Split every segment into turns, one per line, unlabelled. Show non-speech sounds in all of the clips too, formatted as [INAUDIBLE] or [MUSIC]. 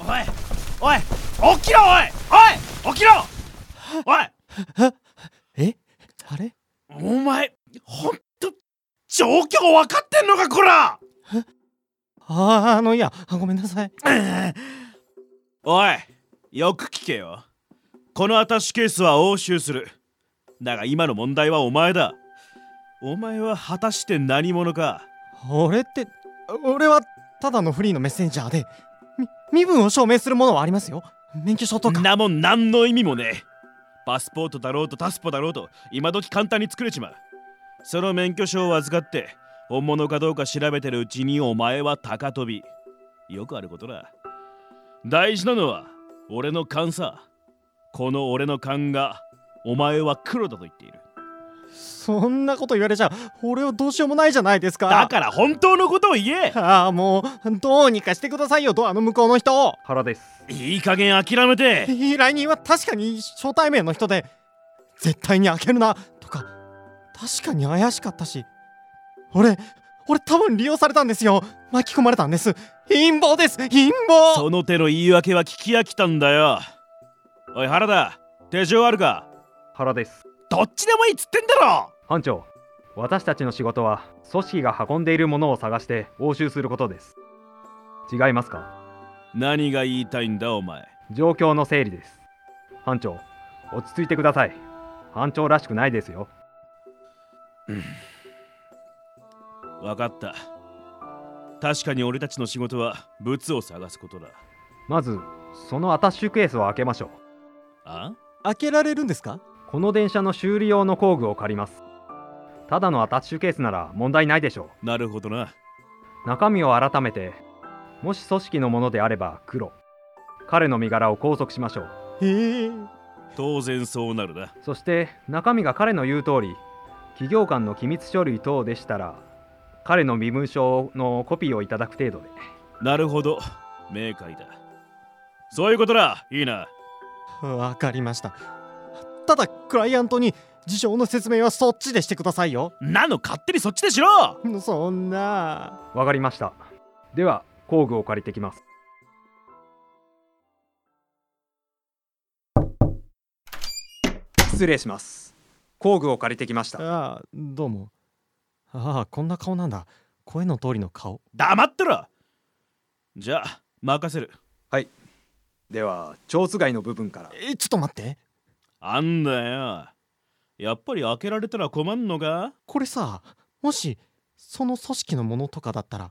おいおい起きろおいおい起きろおい
えあれ
お前ほんと状況分かってんのかこら
ああのいやあごめんなさい
おいよく聞けよこのアタッシュケースは押収するだが今の問題はお前だお前は果たして何者か
俺って俺はただのフリーのメッセンジャーでみ身分を証明するものはありますよ免許証と
ん
か
なもん何の意味もねえパスポートだろうとタスポだろうと今時簡単に作れちまうその免許証を預かって本物かどうか調べてるうちにお前は高飛びよくあることだ大事なのは俺の勘さこの俺の勘がお前は黒だと言っている
そんなこと言われちゃ俺はどうしようもないじゃないですか
だから本当のことを言え
ああもうどうにかしてくださいよドアの向こうの人
原です
いい加減諦めて
依頼人は確かに初対面の人で絶対に開けるなとか確かに怪しかったし俺俺多分利用されたんですよ巻き込まれたんです陰謀です陰謀
その手の言い訳は聞き飽きたんだよおい原田手錠あるか
原です
どっちでもいいっつってんだろ
班長私たちの仕事は組織が運んでいるものを探して押収することです違いますか
何が言いたいんだお前
状況の整理です班長落ち着いてください班長らしくないですよ
分かった確かに俺たちの仕事は物を探すことだ
まずそのアタッシュケースを開けましょう
あ
開けられるんですか
この電車の修理用の工具を借りますただのアタッシュケースなら問題ないでしょ
なるほどな
う中身を改めてもし組織のものであれば黒彼の身柄を拘束しましょう
へえ
当然そうなるな
そして中身が彼の言う通り企業間の機密書類等でしたら彼の身分証のコピーをいただく程度で
なるほど明快だそういうことだいいな
わかりましたただクライアントに事情の説明はそっちでしてくださいよ
なの勝手にそっちでしろ
そんな
わかりましたでは工具を借りてきます失礼します工具を借りてきまし
ああどうもああこんな顔なんだ声の通りの顔
黙ってろじゃあ任せる
では蝶子貝の部分から
えちょっと待って
あんだよやっぱり開けられたら困んのか
これさもしその組織のものとかだったら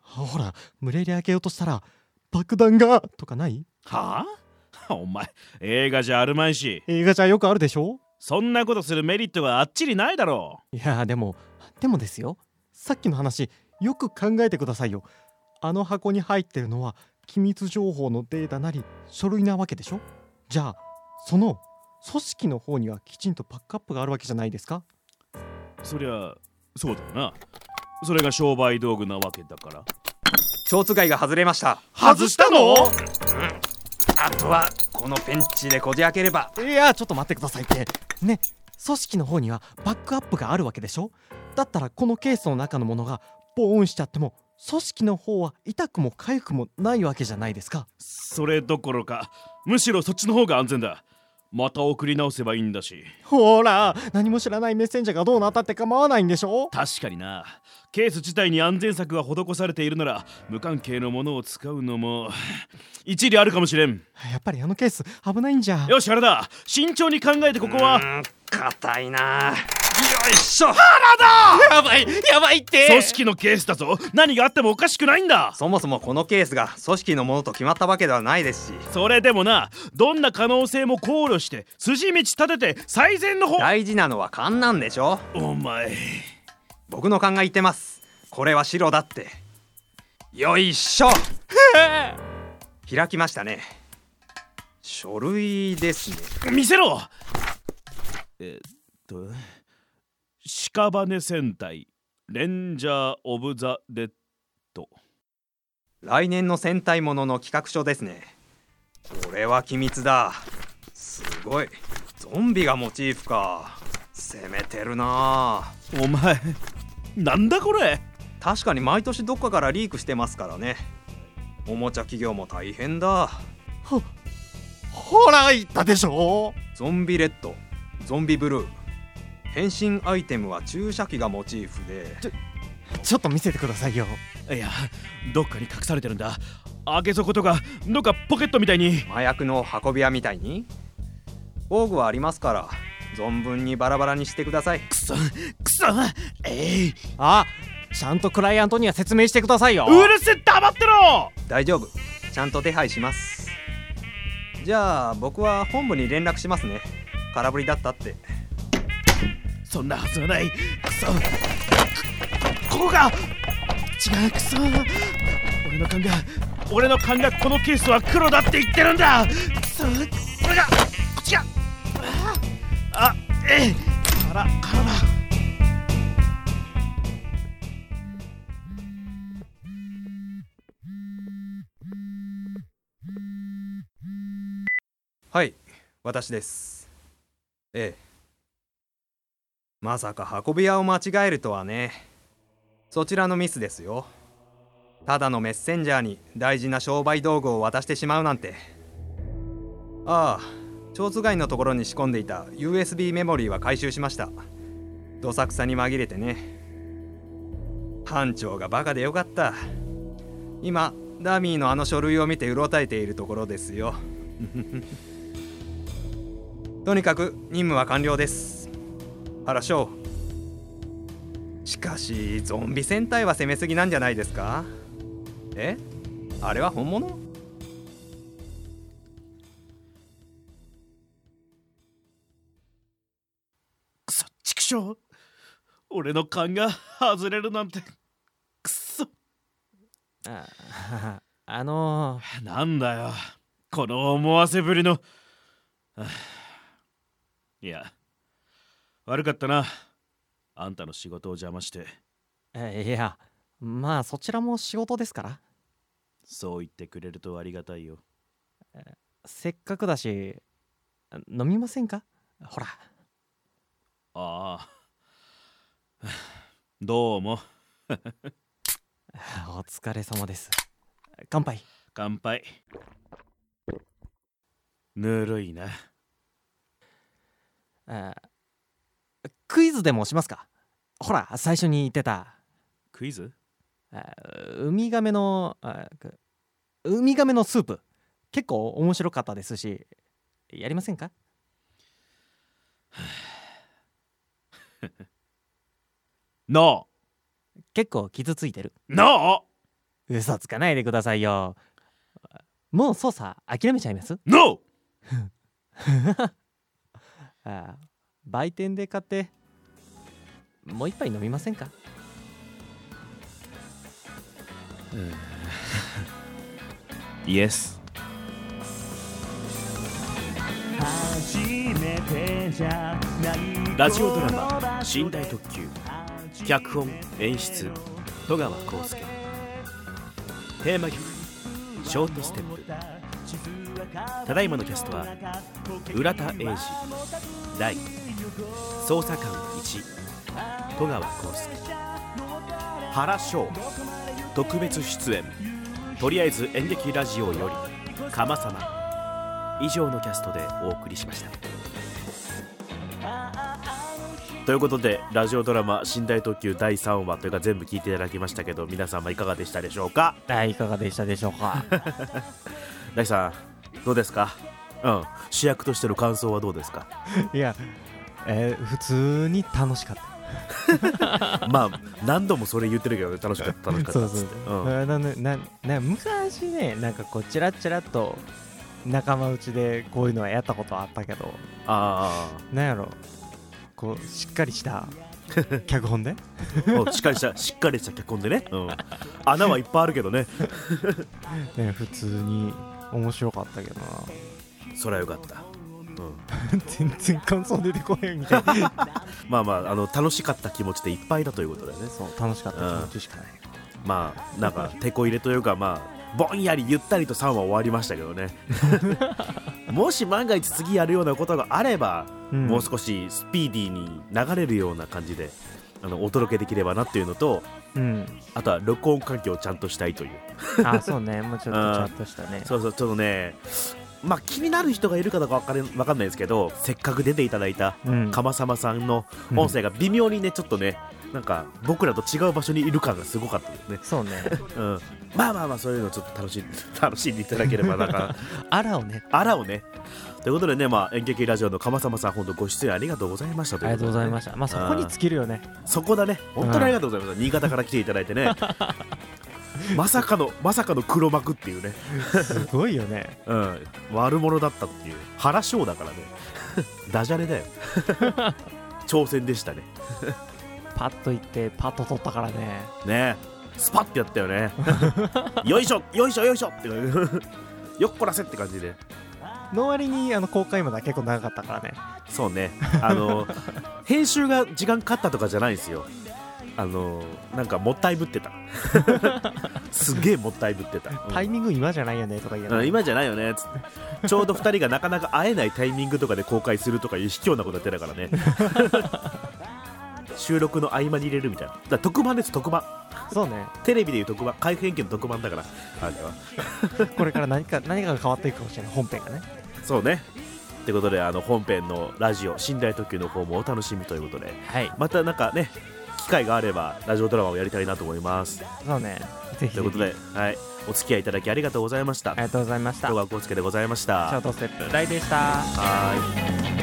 ほら無理やり開けようとしたら爆弾がとかない
はあお前映画じゃあるまいし
映画じゃよくあるでしょ
そんなことするメリットはあっちにないだろう
いやでもでもですよさっきの話よく考えてくださいよあの箱に入ってるのは機密情報のデータなり書類なわけでしょじゃあその組織の方にはきちんとバックアップがあるわけじゃないですか
そりゃそうだよなそれが商売道具なわけだから
蝶子貝が外れました
外したの
あとはこのペンチでこじ開ければ
いやちょっと待ってくださいってね組織の方にはバックアップがあるわけでしょだったらこのケースの中のものがボーンしちゃっても組織の方は痛くも痒くもないわけじゃないですか
それどころかむしろそっちの方が安全だまた送り直せばいいんだし
ほら何も知らないメッセンジャーがどうなったって構わないんでしょ
確かになケース自体に安全策が施されているなら無関係のものを使うのも一理あるかもしれん
やっぱりあのケース危ないんじゃ
よしあれだ慎重に考えてここは
硬いなよいしょ
やばいやばいって
組織のケースだぞ何があってもおかしくないんだ
そもそもこのケースが組織のものと決まったわけではないですし
それでもなどんな可能性も考慮して筋道立てて最善の方
大事なのは勘なんでしょ
お前
僕の勘が言ってますこれは白だってよいしょ [LAUGHS] 開きましたね書類ですね
見せろえっと屍戦隊レンジャー・オブ・ザ・デッド
来年の戦隊ものの企画書ですねこれは機密だすごいゾンビがモチーフか攻めてるなあ
お前なんだこれ
確かに毎年どっかからリークしてますからねおもちゃ企業も大変だ
ほら言ったでしょ
ゾンビレッドゾンビブルー変身アイテムは注射器がモチーフで
ちょっと見せてくださいよ
いやどっかに隠されてるんだ開け底とかどっかポケットみたいに
麻薬の運び屋みたいに防具はありますから存分にバラバラにしてください
くそくそえい、
あちゃんとクライアントには説明してくださいよ
うるせえ黙ってろ
大丈夫ちゃんと手配しますじゃあ僕は本部に連絡しますね空振りだったって
そんなはずはないくそくここが違うくそ俺の勘が俺の勘がこのケースは黒だって言ってるんだくそこれがこっちがああえいからからだ
はい私ですええまさか運び屋を間違えるとはねそちらのミスですよただのメッセンジャーに大事な商売道具を渡してしまうなんてああ蝶子貝のところに仕込んでいた USB メモリーは回収しましたどさくさに紛れてね班長がバカでよかった今ダミーのあの書類を見てうろたえているところですよとにかく任務は完了です原翔しかしゾンビ戦隊は攻めすぎなんじゃないですかえあれは本物
くそ畜生俺の勘が外れるなんてくそ
ああの
なんだよこの思わせぶりの [SIGHS] はあいや悪かったなあんたの仕事を邪魔して
えいやまあそちらも仕事ですから
そう言ってくれるとありがたいよ
せっかくだし飲みませんかほら
ああはあ [SIGHS] どうも
お疲れ様です乾杯
乾杯ぬるいな
あクイズでもしますかほら最初に言ってた
クイズ
あウミガメのあくウミガメのスープ結構面白かったですしやりませんか
ノ
結構傷ついてる
ーノ
嘘つかないでくださいよもう捜査諦めちゃいます
ーノ
あ売店で買ってもう一杯飲みませんか
ーイエスラジオドラマ「寝台特急」脚本演出戸川浩介テーマ曲「ショートステップ」ただいまのキャストは浦田英二大捜査官1戸川浩介原翔特別出演とりあえず演劇ラジオより「かまさま」以上のキャストでお送りしましたということでラジオドラマ「寝台特急第3話」というか全部聞いていただきましたけど皆様いかがでしたでしょうか
あいかがでしたでしょ
[LAUGHS]
うか
大さんどうですかうん主役としての感想はどうですか
[LAUGHS] いや、えー普通に楽しかった
まあ何度もそれ言ってるけどね楽しかった楽しかった
そう
っ
そ
つっ
う
て、
そう
うん、
あのねなな昔ねなんかこうチラッチラッと仲間内でこういうのはやったことはあったけど
あ
なんやろこうしっかりした
[LAUGHS]
脚本で
ーうんしっかりしたしっかりした脚本でね、うん、穴はいっぱいあるけどね
ね普通に面白かったけどな [LAUGHS]
それはよかった、うん、
全然感想出てこないみたい
[LAUGHS] まあまああの楽しかった気持ちでいっぱいだということだよね
そう楽しかった気持ちしかない
まあなんかてこ入れというかまあぼんやりゆったりと3話終わりましたけどねもし万が一次やるようなことがあれば、
うん
もう少しスピーディーに流れるような感じであのお届けできればなっていうのと
うん
あとは録音環境をちゃんとしたいという
あそうねもうちょっとちゃんとしたね
そうそうちょっとねまあ気になる人がいるかどうか分かれわかんないですけどせっかく出ていただいた
うん
かまさまさんの音声が微妙にねちょっとねなんか僕らと違う場所にいる感がすごかったですね、
そうね
うん、まあまあまあそういうの [LAUGHS] ちょっと楽しん楽しんでいただければなんか [LAUGHS]
あらをね
[LAUGHS] あらをねということでね、まあ、演劇ラジオのかまさまさん本当ご出演ありがとうございました
ありがとうございま
し
したまあそこに尽きるよね
たそこだね本当にありがとうございました、新潟から来ていただい
[LAUGHS]
てねまさかのまさかの黒幕っていうね
すごいよね
うん、悪者だったっていう原翔だからね [LAUGHS] ダジャレだよ
[LAUGHS]
挑戦でしたね
パッと行ってパッと取ったからね
ねえスパッてやったよ
[LAUGHS]
ねよいしょよいしょよいしょって [LAUGHS] 感じよっこらせって感じで
の割にあの公開までは結構長かったからね
そうねあの編集が時間かかったとかじゃないんですよあのなんかもったいぶってたすげえもったいぶってた、うん
タイミング今じゃないよねとか言えな
うん
い
今じゃないよねつってちょうど2人がなかなか会えないタイミングとかで公開するとかいう卑怯なことやってたからね収録の合間に入れるみたいなだから特番です特番
そうね
テレビでいう特番回復演劇の特番だからあれは
これから何か [LAUGHS] 何かが変わっていくかもしれない本編がね
そうねってことであの本編のラジオ「寝台特急」の方もお楽しみということで
はい
またなんかね機会があればラジオドラマをやりたいなと思います
そうねぜひ
ということ
ぜ
で、はい、お付き合いいただきありがとうございました
ひありがとうございました
戸川浩介でございました
ショートステップライでした
はい